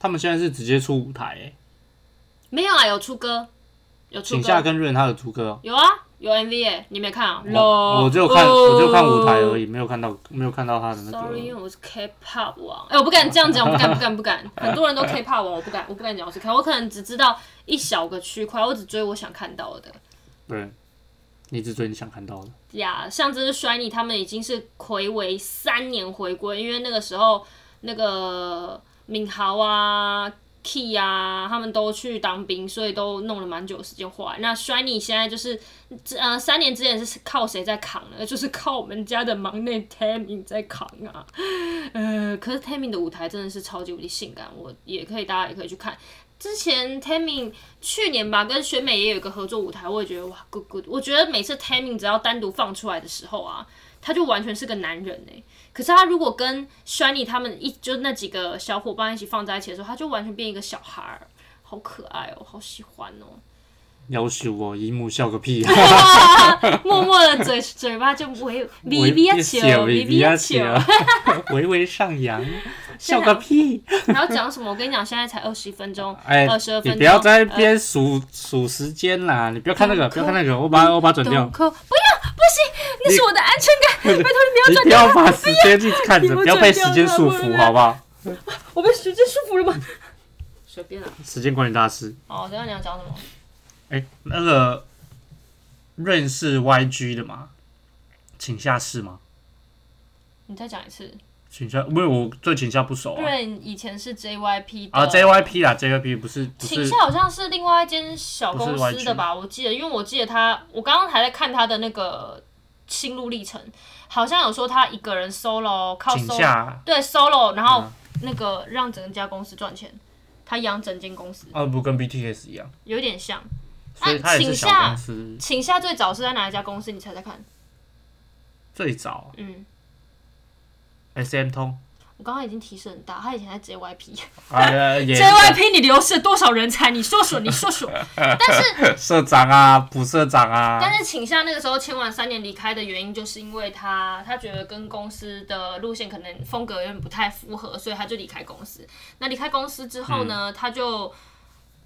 Speaker 1: 他们现在是直接出舞台、哎，
Speaker 2: 没有啊，有出歌，有出
Speaker 1: 请夏
Speaker 2: 歌，
Speaker 1: 跟润他的出歌、哦
Speaker 2: 有啊，有 MV 哎，你没看啊？
Speaker 1: 我我只有看、我只有看舞台而已，没有看到没有看到他的那
Speaker 2: Oh Sorry，因
Speaker 1: 个。
Speaker 2: 为我是 K-pop 王，哎、我不敢这样讲，我不敢，不敢，不敢。很多人都 K-pop 王，我不敢，我不敢讲我是 K，我可能只知道一小个区块，我只追我想看到的。
Speaker 1: 对，你只追你想看到的。
Speaker 2: 呀像这次衰逆，他们已经是暌违三年回归，因为那个时候那个敏豪啊、Key 啊，他们都去当兵，所以都弄了蛮久的时间回来。那衰逆现在就是，呃，三年之前是靠谁在扛呢？就是靠我们家的忙内 Tammy 在扛啊。呃，可是 Tammy 的舞台真的是超级无敌性感，我也可以，大家也可以去看。之前 Tammy 去年吧，跟选美也有一个合作舞台，我也觉得哇，good good。我觉得每次 Tammy 只要单独放出来的时候啊，他就完全是个男人哎、可是他如果跟 Shiny 他们一就那几个小伙伴一起放在一起的时候，他就完全变一个小孩儿，好可爱哦、好喜欢哦、
Speaker 1: 要是我姨母笑个屁、啊！
Speaker 2: 默默的嘴嘴巴就微微微啊球，微微啊
Speaker 1: 微
Speaker 2: 球。
Speaker 1: 微微上 扬，笑个屁！
Speaker 2: 然后讲什么？我跟你讲，现在才二十分钟，
Speaker 1: 哎、
Speaker 2: 二十二
Speaker 1: 你
Speaker 2: 分钟，
Speaker 1: 不要在那边数数时间啦，你不要看那个，不要看那个，我把我把它转掉
Speaker 4: Don't。call
Speaker 2: 那是我的安全感，拜托你
Speaker 1: 你不
Speaker 2: 不要转
Speaker 1: 要
Speaker 2: 头，
Speaker 1: 把时间去看
Speaker 2: 你
Speaker 1: 着，
Speaker 2: 不
Speaker 1: 不
Speaker 2: 要
Speaker 1: 要被时
Speaker 2: 转
Speaker 1: 间
Speaker 2: 掉
Speaker 1: 束
Speaker 2: 它不
Speaker 1: 缚，
Speaker 2: 然
Speaker 1: 好不好？
Speaker 2: 我被时间束缚了吗？随便啦、
Speaker 1: 时间管理大师，
Speaker 2: 哦，等一下你要讲什么？
Speaker 1: 哎、那个润是 YG 的吗？请下是吗？
Speaker 2: 你再讲一次。
Speaker 1: 请下，因为我对请下不熟啊。
Speaker 2: 润以前是 JYP 的
Speaker 1: 啊，JYP 啦，JYP 不是不
Speaker 2: 请
Speaker 1: 是
Speaker 2: 下好像是另外一间小公
Speaker 1: 不
Speaker 2: 司
Speaker 1: 是
Speaker 2: 的
Speaker 1: YG
Speaker 2: 吧？我记得，因为我记得他，我刚刚还在看他的那个心路历程，好像有说他一个人 solo 靠
Speaker 1: 请
Speaker 2: solo
Speaker 1: 下
Speaker 2: 对 solo，然后
Speaker 1: 嗯
Speaker 2: 那个让整家公司赚钱，他养整间公司，
Speaker 1: 啊，不跟 BTS 一样，
Speaker 2: 有点像。
Speaker 1: 所以
Speaker 2: 啊
Speaker 1: 他也
Speaker 2: 请
Speaker 1: 是小
Speaker 2: 下
Speaker 1: 公司。
Speaker 2: 请下最早是在哪一家公司？你猜猜看。
Speaker 1: 最早
Speaker 2: 嗯，
Speaker 1: SM 通
Speaker 2: 我刚刚已经提示很大，他以前在 JYP。
Speaker 1: 啊， 也
Speaker 2: JYP 你流失了多少人才？你说说，你说说。
Speaker 1: 社长啊，普社长啊
Speaker 2: 但，是请下那个时候签完三年离开的原因，就是因为他他觉得跟公司的路线可能风格有点不太符合，所以他就离开公司。那离开公司之后呢，
Speaker 1: 嗯
Speaker 2: 他就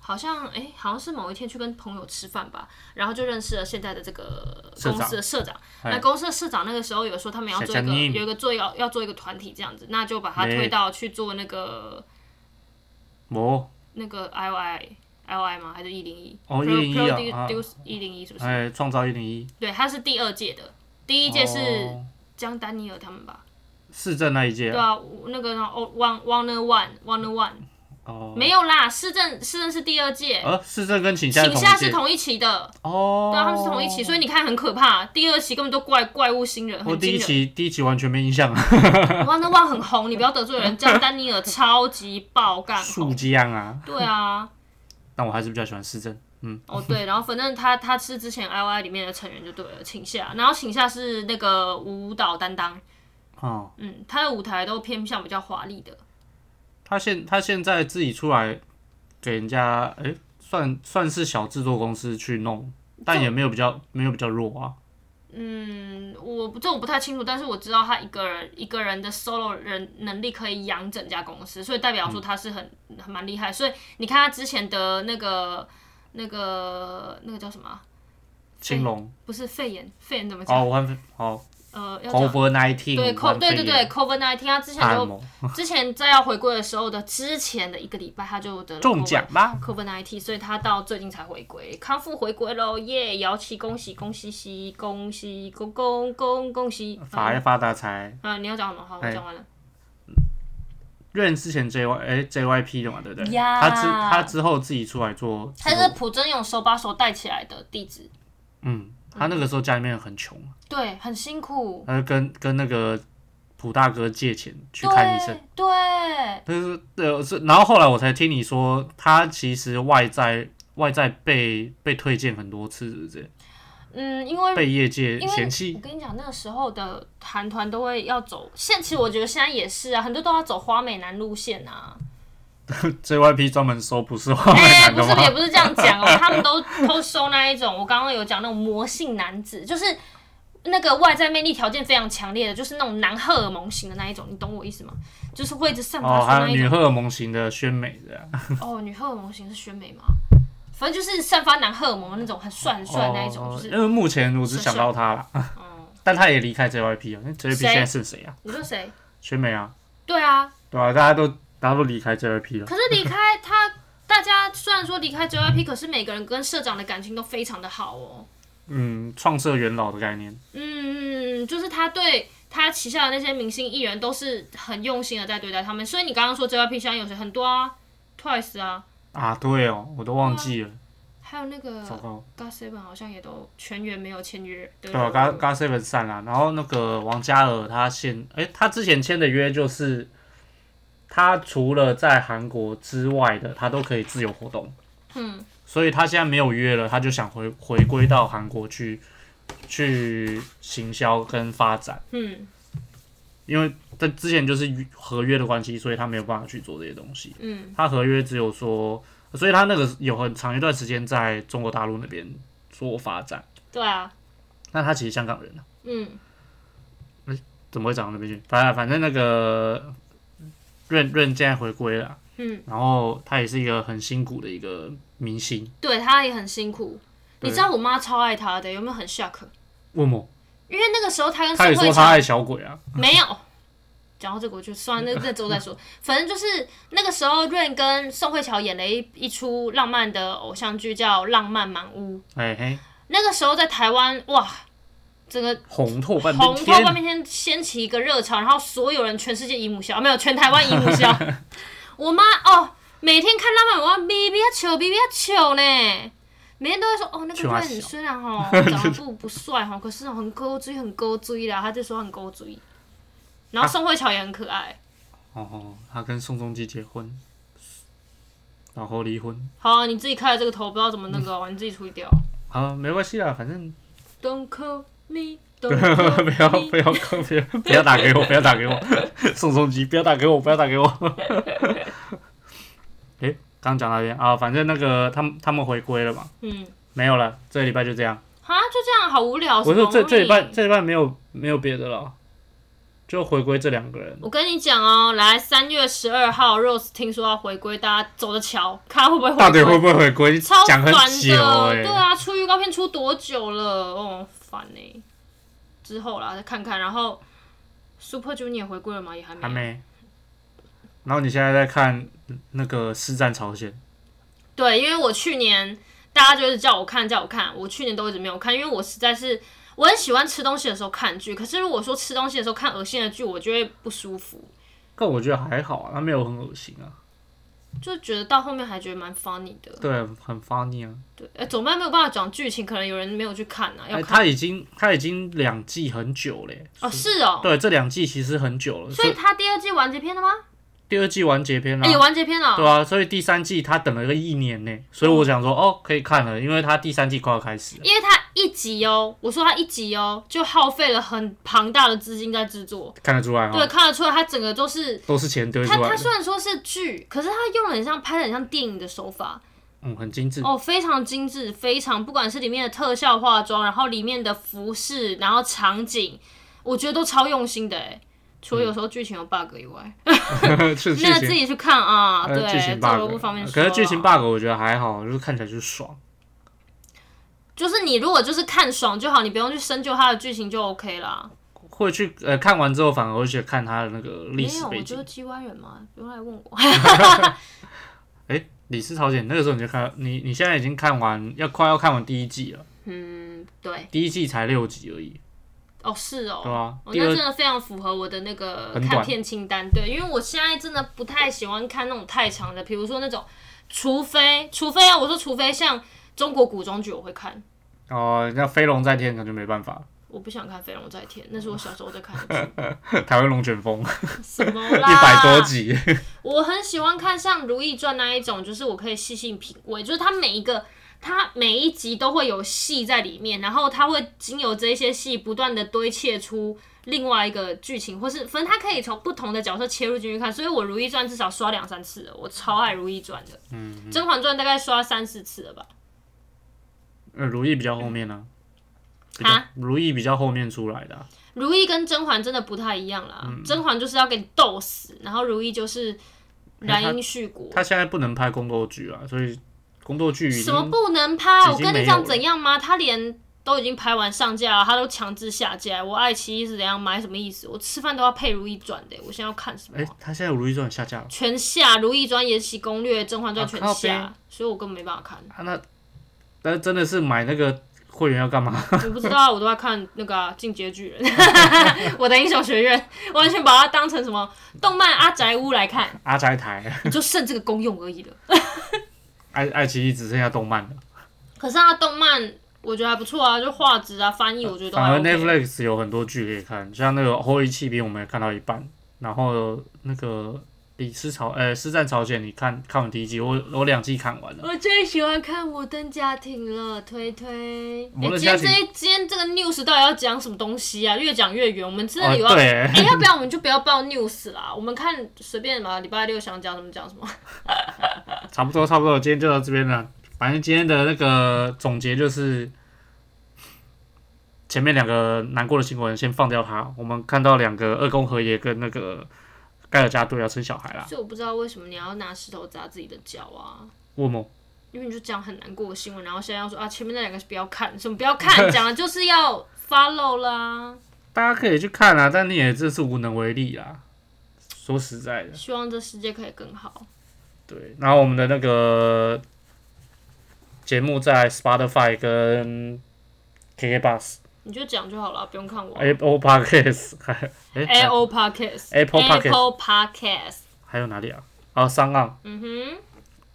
Speaker 2: 好像哎、诶好像是某一天去跟朋友吃饭吧，然后就认识了现在的这个
Speaker 1: 社长
Speaker 2: 公司的社长。
Speaker 1: 哎
Speaker 2: 那公司的社长那个时候有说他们要做一
Speaker 1: 小
Speaker 2: 个
Speaker 1: 江宁
Speaker 2: 有一个做要要做一个团体这样子，那就把他
Speaker 1: 哎
Speaker 2: 推到去做那个
Speaker 1: 我
Speaker 2: 那个 I O I。I O I 吗？还是一零一？
Speaker 1: 哦
Speaker 2: Pro-
Speaker 1: 101啊啊
Speaker 2: Produce 一零一是不是？
Speaker 1: 哎，创造一零一，
Speaker 2: 对，他是第二届的，第一届是
Speaker 1: 哦
Speaker 2: 江丹尼尔他们吧？
Speaker 1: 市政那一届
Speaker 2: 对
Speaker 1: 啊，
Speaker 2: 啊，我那个然后 One One One One One
Speaker 1: 哦，
Speaker 2: 没有啦，市政市政是第二届，
Speaker 1: 呃，市政跟请下
Speaker 2: 请
Speaker 1: 同一
Speaker 2: 下是
Speaker 1: 届
Speaker 2: 同一期的，
Speaker 1: 哦，
Speaker 2: 对啊，他们是同一期，所以你看很可怕，第二期根本都怪怪物新人，
Speaker 1: 我
Speaker 2: 很
Speaker 1: 第一
Speaker 2: 惊人。
Speaker 1: 期第一期完全没印象啊，
Speaker 2: One One 很红，你不要得罪人，江丹尼尔超级爆 干
Speaker 1: 树
Speaker 2: 红，
Speaker 1: 江啊，
Speaker 2: 对啊。
Speaker 1: 但我还是比较喜欢市政。嗯，
Speaker 2: 哦对，然后反正他他是之前 I Y 里面的成员就对了，请下，然后请下是那个舞蹈担当，
Speaker 1: 哦，
Speaker 2: 嗯，他的舞台都偏向比较华丽的，
Speaker 1: 他现他现在自己出来给人家，哎、算算是小制作公司去弄，但也没有比较没有比较弱啊。
Speaker 2: 嗯，我不这我不太清楚，但是我知道他一个人一个人的 solo 人能力可以养整家公司，所以代表说他是很、很蛮厉害。所以你看他之前的那个那个那个叫什么啊？
Speaker 1: 青龙
Speaker 2: 不是肺炎，肺炎怎么讲？
Speaker 1: 哦，我很哦
Speaker 2: 呃，要讲
Speaker 1: ，Cover Nineteen，
Speaker 2: 对 co 对对对 covid nineteen，他之前
Speaker 1: 按
Speaker 2: 就
Speaker 1: 摩
Speaker 2: 之前在要回归的时候的之前的一个礼拜，他就得了
Speaker 1: 中
Speaker 2: COVID-
Speaker 1: 奖吧，
Speaker 2: COVID nineteen，所以他到最近才回归，康复回归喽，耶！姚琦恭喜恭喜喜恭喜恭恭恭恭喜！
Speaker 1: 法
Speaker 2: 啊
Speaker 1: 爱发大财。
Speaker 2: 啊，你要讲什么？好，我
Speaker 1: 哎
Speaker 2: 讲完了。
Speaker 1: 认之前 J Y 哎 J Y P 的嘛，对不对？
Speaker 2: 呀
Speaker 1: 他之他之后自己出来做，
Speaker 2: 他是朴真勇手把手带起来的弟子，
Speaker 1: 嗯，他那个时候家里面很穷，
Speaker 2: 对，很辛苦，
Speaker 1: 他就跟跟那个普大哥借钱去
Speaker 2: 对
Speaker 1: 看医生。
Speaker 2: 对，
Speaker 1: 但是呃是，然后后来我才听你说，他其实外在外在被被推荐很多次，是不是？
Speaker 2: 嗯，因为
Speaker 1: 被业界
Speaker 2: 因
Speaker 1: 嫌
Speaker 2: 为
Speaker 1: 弃
Speaker 2: 我，跟你讲，那个时候的韩团都会要走，现其实我觉得现在也是啊，很多都要走花美男路线啊。
Speaker 1: JYP 专门收不是花美
Speaker 2: 哎、
Speaker 1: 男
Speaker 2: 不
Speaker 1: 的
Speaker 2: 是，也
Speaker 1: 吗？
Speaker 2: 不是这样讲哦，他们都都收那一种，我刚刚有讲那种魔性男子，就是那个外在魅力条件非常强烈的，就是那种男荷尔蒙型的那一种，你懂我意思吗？就是会一直散发
Speaker 1: 哦，
Speaker 2: 出
Speaker 1: 还有
Speaker 2: 那一
Speaker 1: 女
Speaker 2: 种
Speaker 1: 荷尔蒙型的宣美的啊，
Speaker 2: 哦女荷尔蒙型是宣美吗？反正就是散发男荷尔蒙的那种很帅很帅的那一种，
Speaker 1: 哦
Speaker 2: 就是
Speaker 1: 因为目前我只想到他了，
Speaker 2: 嗯，
Speaker 1: 但他也离开 JYP 了。那 JYP
Speaker 2: 谁
Speaker 1: 现在是谁啊？
Speaker 2: 你说谁？
Speaker 1: 宣美啊，
Speaker 2: 对啊，
Speaker 1: 对啊，大家都大家都离开 JYP 了，
Speaker 2: 可是离开他，大家虽然说离开 JYP，可是每个人跟社长的感情都非常的好哦。
Speaker 1: 嗯，创社元老的概念，
Speaker 2: 嗯，就是他对他旗下的那些明星艺人都是很用心的在对待他们，所以你刚刚说 JYP 现在有谁很多啊，Twice 啊，
Speaker 1: 啊，对哦，我都忘记
Speaker 2: 嗯
Speaker 1: 了，
Speaker 2: 还有那个
Speaker 1: 糟糕。
Speaker 2: God Seven 好像也都全员没有签约，对
Speaker 1: 对啊，刚刚 seven 散啦，然后那个王嘉尔他现，诶，他之前签的约就是，他除了在韩国之外的，他都可以自由活动，
Speaker 2: 嗯，
Speaker 1: 所以他现在没有约了，他就想回回归到韩国去，去行销跟发展，
Speaker 2: 嗯
Speaker 1: 因为他之前就是约合约的关系，所以他没有办法去做这些东西，
Speaker 2: 嗯
Speaker 1: 他合约只有说，所以他那个有很长一段时间在中国大陆那边做发展，
Speaker 2: 对啊，
Speaker 1: 那他其实香港人啊。
Speaker 2: 嗯
Speaker 1: 怎么会涨到那边去？反反正那个润润现在回归了，
Speaker 2: 嗯，
Speaker 1: 然后他也是一个很辛苦的一个明星。
Speaker 2: 对他也很辛苦。
Speaker 1: 对
Speaker 2: 你知道我妈超爱他的，有没有很 shock？
Speaker 1: 问我，
Speaker 2: 因为那个时候他跟
Speaker 1: 他也
Speaker 2: 宋
Speaker 1: 说
Speaker 2: 慧
Speaker 1: 他
Speaker 2: 乔
Speaker 1: 爱小鬼啊，
Speaker 2: 没有。讲到这个，我就 算了那那之后再说。反正就是那个时候，Rain 跟宋慧乔演了一一出浪漫的偶像剧，叫《浪漫满屋》。
Speaker 1: 哎嘿，
Speaker 2: 那个时候在台湾，哇，整个
Speaker 1: 红透半边
Speaker 2: 红透半
Speaker 1: 天，
Speaker 2: 边天，掀起一个热潮，然后所有人全世界姨母笑，啊没有全台湾姨母 笑。我妈哦，每天看浪漫满屋，咪咪啊糗，咪咪啊糗呢。每天都会说哦，那个
Speaker 1: 糗啊
Speaker 2: Rain
Speaker 1: 小
Speaker 2: 虽然 哦长得不不帅哦，可是哦很勾追，很勾追啦，他就说很勾追。然
Speaker 1: 啊
Speaker 2: 后宋慧乔也很可爱。
Speaker 1: 哦哦，他跟宋仲基结婚，然后离婚，
Speaker 2: 好，啊你自己开的这个头不知道怎么那个
Speaker 1: 嗯
Speaker 2: 哦，你自己处理 掉。
Speaker 1: 好，没关系啦，反 正
Speaker 2: Don't call me,
Speaker 1: 不
Speaker 2: don't
Speaker 1: 要
Speaker 2: call
Speaker 1: 不要
Speaker 2: me。
Speaker 1: 不要不要不要打给我，不要打给我， 宋仲基不要打给我，不要打给我。 哎、刚讲到哪边啊，反正那个他们他们回归了嘛。
Speaker 2: 嗯，
Speaker 1: 没有了，这个礼拜就这样。
Speaker 2: 啊，就这样，好无聊。
Speaker 1: 我
Speaker 2: 什
Speaker 1: 说
Speaker 2: 么
Speaker 1: 这这礼拜
Speaker 2: 东西
Speaker 1: 这礼拜没有没有别的了，就回归这两个人。
Speaker 2: 我跟你讲哦，来三月十二号，Rose 听说要回归，大家走着瞧，看会不会回归。
Speaker 1: 到底会不会回归？
Speaker 2: 超
Speaker 1: 讲
Speaker 2: 烦
Speaker 1: 很
Speaker 2: 的，
Speaker 1: 久哎、
Speaker 2: 对啊，出预告片出多久了？哦，烦呢、之后啦，再看看。然后 Super Junior 回归了吗？也还没。
Speaker 1: 还没。然后你现在在看那个《师战朝鲜》，
Speaker 2: 对，因为我去年大家就是叫我看，叫我看，我去年都一直没有看，因为我实在是我很喜欢吃东西的时候看剧，可是如果说吃东西的时候看恶心的剧，我就会不舒服，
Speaker 1: 但我觉得还好啊，他没有很恶心啊，
Speaker 2: 就觉得到后面还觉得蛮 funny 的。
Speaker 1: 对，很 funny 啊。
Speaker 2: 对，哎，总办没有办法讲剧情，可能有人没有去看啊，要
Speaker 1: 哎，
Speaker 2: 看、
Speaker 1: 他已经他已经两季很久嘞、
Speaker 2: 哦，是哦，
Speaker 1: 对，这两季其实很久了，
Speaker 2: 所以他第二季完结篇了吗？
Speaker 1: 第二季完结篇啦、
Speaker 2: 哎、有完结篇了、
Speaker 1: 嗯对啊，所以第三季他等了个一年呢、所以我想说哦，可以看了，因为他第三季快要开始了。
Speaker 2: 因为他一集哦，我说他一集哦，就耗费了很庞大的资金在制作，
Speaker 1: 看得出来
Speaker 2: 对，
Speaker 1: 哈，
Speaker 2: 看得出来他整个都是
Speaker 1: 都是钱堆
Speaker 2: 他
Speaker 1: 出来
Speaker 2: 他
Speaker 1: 的。
Speaker 2: 虽然说是剧，可是他用了很像拍的很像电影的手法，
Speaker 1: 嗯，很精致。
Speaker 2: 哦，非常精致，非常不管是里面的特效化妆，然后里面的服饰，然后场景，我觉得都超用心的哎。除了
Speaker 1: 嗯
Speaker 2: 有时候剧情有 bug 以外，
Speaker 1: 是剧
Speaker 2: 那个自
Speaker 1: 情，
Speaker 2: 己去看啊。
Speaker 1: 呃
Speaker 2: 对，
Speaker 1: 剧情
Speaker 2: 这个
Speaker 1: bug，
Speaker 2: 不方便说
Speaker 1: 可
Speaker 2: 啊。
Speaker 1: 是剧情 bug 我觉得还好，就是看起来就是爽。
Speaker 2: 就是你如果就是看爽就好，你不用去深究它的剧情就 OK 啦。
Speaker 1: 会去呃看完之后，反而会去看他的那个历
Speaker 2: 没
Speaker 1: 史
Speaker 2: 有，
Speaker 1: 背
Speaker 2: 我就是
Speaker 1: 景。
Speaker 2: 机关人嘛，不用来问我。
Speaker 1: 哎、李斯朝鲜那个时候你就看，你你现在已经看完，要快要看完第一季了，
Speaker 2: 嗯，对，
Speaker 1: 第一季才六集而已，
Speaker 2: 哦是哦，
Speaker 1: 对吧、
Speaker 2: 哦，
Speaker 1: 第
Speaker 2: 那
Speaker 1: 二
Speaker 2: 真的非常符合我的那个
Speaker 1: 很
Speaker 2: 看
Speaker 1: 短
Speaker 2: 片清单，对，因为我现在真的不太喜欢看那种太长的，比如说那种，除非除非啊，我说除非像中国古装剧我会看，
Speaker 1: 哦，那飞龙在天可能就没办法，
Speaker 2: 我不想看《飞龙在天》，那是我小时候在看 的
Speaker 1: 台湾龙卷风
Speaker 2: 剧，什么
Speaker 1: 一
Speaker 2: 啦，
Speaker 1: 百多集，
Speaker 2: 我很喜欢看像《如懿传》那一种，就是我可以细细品味，就是它每一个，它每一集都会有戏在里面，然后它会经由这些戏不断的堆砌出另外一个剧情，或是反正它可以从不同的角色切入进去看。所以我《如懿传》至少刷两三次了，我超爱《如懿传》的，《甄嬛传》大概刷三四次了吧。
Speaker 1: 呃，如懿比较后面呢、比较
Speaker 2: 啊
Speaker 1: 如懿比较后面出来的啊、
Speaker 2: 如懿跟甄嬛真的不太一样啦，甄嬛就是要给你斗死，然后如懿就是
Speaker 1: 那
Speaker 2: 燃
Speaker 1: 她
Speaker 2: 因絮果。
Speaker 1: 他现在不能拍宫斗剧啊，所以宫斗剧已
Speaker 2: 什么
Speaker 1: 经
Speaker 2: 不能拍？
Speaker 1: 已
Speaker 2: 我
Speaker 1: 经
Speaker 2: 跟
Speaker 1: 没
Speaker 2: 你
Speaker 1: 有
Speaker 2: 讲
Speaker 1: 了
Speaker 2: 怎样吗？他连都已经拍完上架了，他都强制下架。我爱奇艺是怎样买什么意思？我吃饭都要配《如懿传》的，我现在要看什么
Speaker 1: 哎、
Speaker 2: 啊？
Speaker 1: 他现在有如懿传下架了
Speaker 2: 全下《如懿传》《延禧攻略》《甄嬛传》
Speaker 1: 啊
Speaker 2: 全
Speaker 1: 靠
Speaker 2: 下，
Speaker 1: 边
Speaker 2: 所以我根本没办法看。
Speaker 1: 啊，那那真的是买那个会员要干嘛？
Speaker 2: 我不知道啊，我都在看那个啊、进阶巨人》， 我的英雄学院，完全把它当成什么动漫阿宅屋来看，
Speaker 1: 阿宅台，
Speaker 2: 你就剩这个功用而已了。
Speaker 1: 爱爱奇艺只剩下动漫了，
Speaker 2: 可是它的动漫我觉得还不错啊，就画质啊、翻译我觉得都
Speaker 1: 反
Speaker 2: 还
Speaker 1: 而
Speaker 2: OK。
Speaker 1: Netflix 有很多剧可以看，像那个《后裔弃兵》我们也看到一半，然后那个《李斯朝》呃《师战朝鲜》，你看看完第一季，我我两季看完了，
Speaker 2: 我最喜欢看《摩登家庭》了，推推。
Speaker 1: 摩登
Speaker 2: 诶
Speaker 1: 家庭
Speaker 2: 今天这一今天这个 news 到底要讲什么东西啊？越讲越远，我们真的有
Speaker 1: 哦
Speaker 2: 要。 哎、
Speaker 1: 对，
Speaker 2: 要不要我们就不要报 news 啦？我们看随便嘛，礼拜六想讲什么讲什么。
Speaker 1: 差不多差不多，今天就到这边了。反正今天的那个总结就是，前面两个难过的新闻先放掉它。我们看到两个二宫和也跟那个盖尔加朵要生小孩啦，
Speaker 2: 所以我不知道为什么你要拿石头砸自己的脚啊，
Speaker 1: 问我
Speaker 2: 因为你就讲很难过的新闻，然后现在要说啊前面那两个是不要看，什么不要 看，讲的就是要 follow 啦。
Speaker 1: 大家可以去看啊，但你也真是无能为力啦。说实在的，
Speaker 2: 希望这世界可以更好。
Speaker 1: 对。然后我们的那个节目在 Spotify 跟 KK Bus、哎
Speaker 2: 你就讲就好了，不用看我。
Speaker 1: Apple Podcasts，还哎
Speaker 2: A O Podcast。
Speaker 1: Apple Podcast
Speaker 2: Apple Podcast。
Speaker 1: 还有哪里啊？啊，商岸。
Speaker 2: 嗯哼。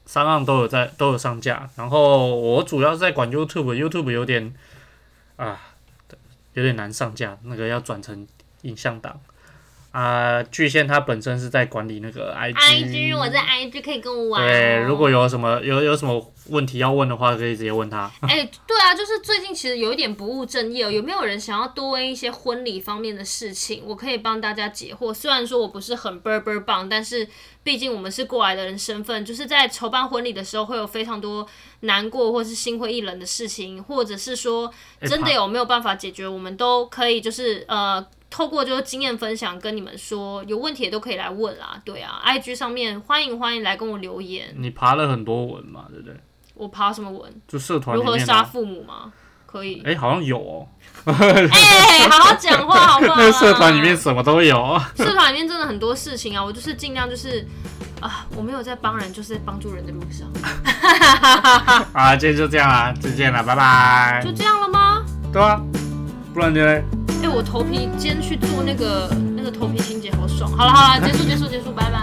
Speaker 1: 三岸都有在都有上架，然后我主要是在管 YouTube，YouTube 有点啊有点难上架，那个要转成影像档啊。巨线它本身是在管理那个 IG，,
Speaker 2: IG，我在 IG 可以跟我玩、哦。
Speaker 1: 嗯对，如果有什么有有什么问题要问的话，可以直接问他。
Speaker 2: 哎、对啊，就是最近其实有一点不务正业哦，有没有人想要多问一些婚礼方面的事情？我可以帮大家解惑。虽然说我不是很 b u r b u r 棒，但是毕竟我们是过来的人身份，就是在筹办婚礼的时候会有非常多难过或是心灰意冷的事情，或者是说
Speaker 1: 哎
Speaker 2: 真的有没有办法解决，我们都可以就是呃。透过就是经验分享跟你们说，有问题也都可以来问啦，对啊，IG 上面欢迎欢迎来跟我留言，
Speaker 1: 你爬了很多文嘛，对不对？
Speaker 2: 我爬什么文？
Speaker 1: 就社团里
Speaker 2: 如何
Speaker 1: 面
Speaker 2: 杀
Speaker 1: 啊，
Speaker 2: 父母吗？可 以。
Speaker 1: 哎、好像有哦，
Speaker 2: 哎、好好讲话好不好？
Speaker 1: 那个社团里面，什么都有。
Speaker 2: 社团里面真的很多事情啊，我就是尽量就是啊，我没有在帮人，就是在帮助人的路上，
Speaker 1: 啊，今天就这样啦，再见了，拜拜
Speaker 2: 就。这样了吗？
Speaker 1: 对啊，不然就
Speaker 2: 哎、我头皮今天去做那个那个头皮清洁，好爽。好了好了，结束结束结束，拜拜。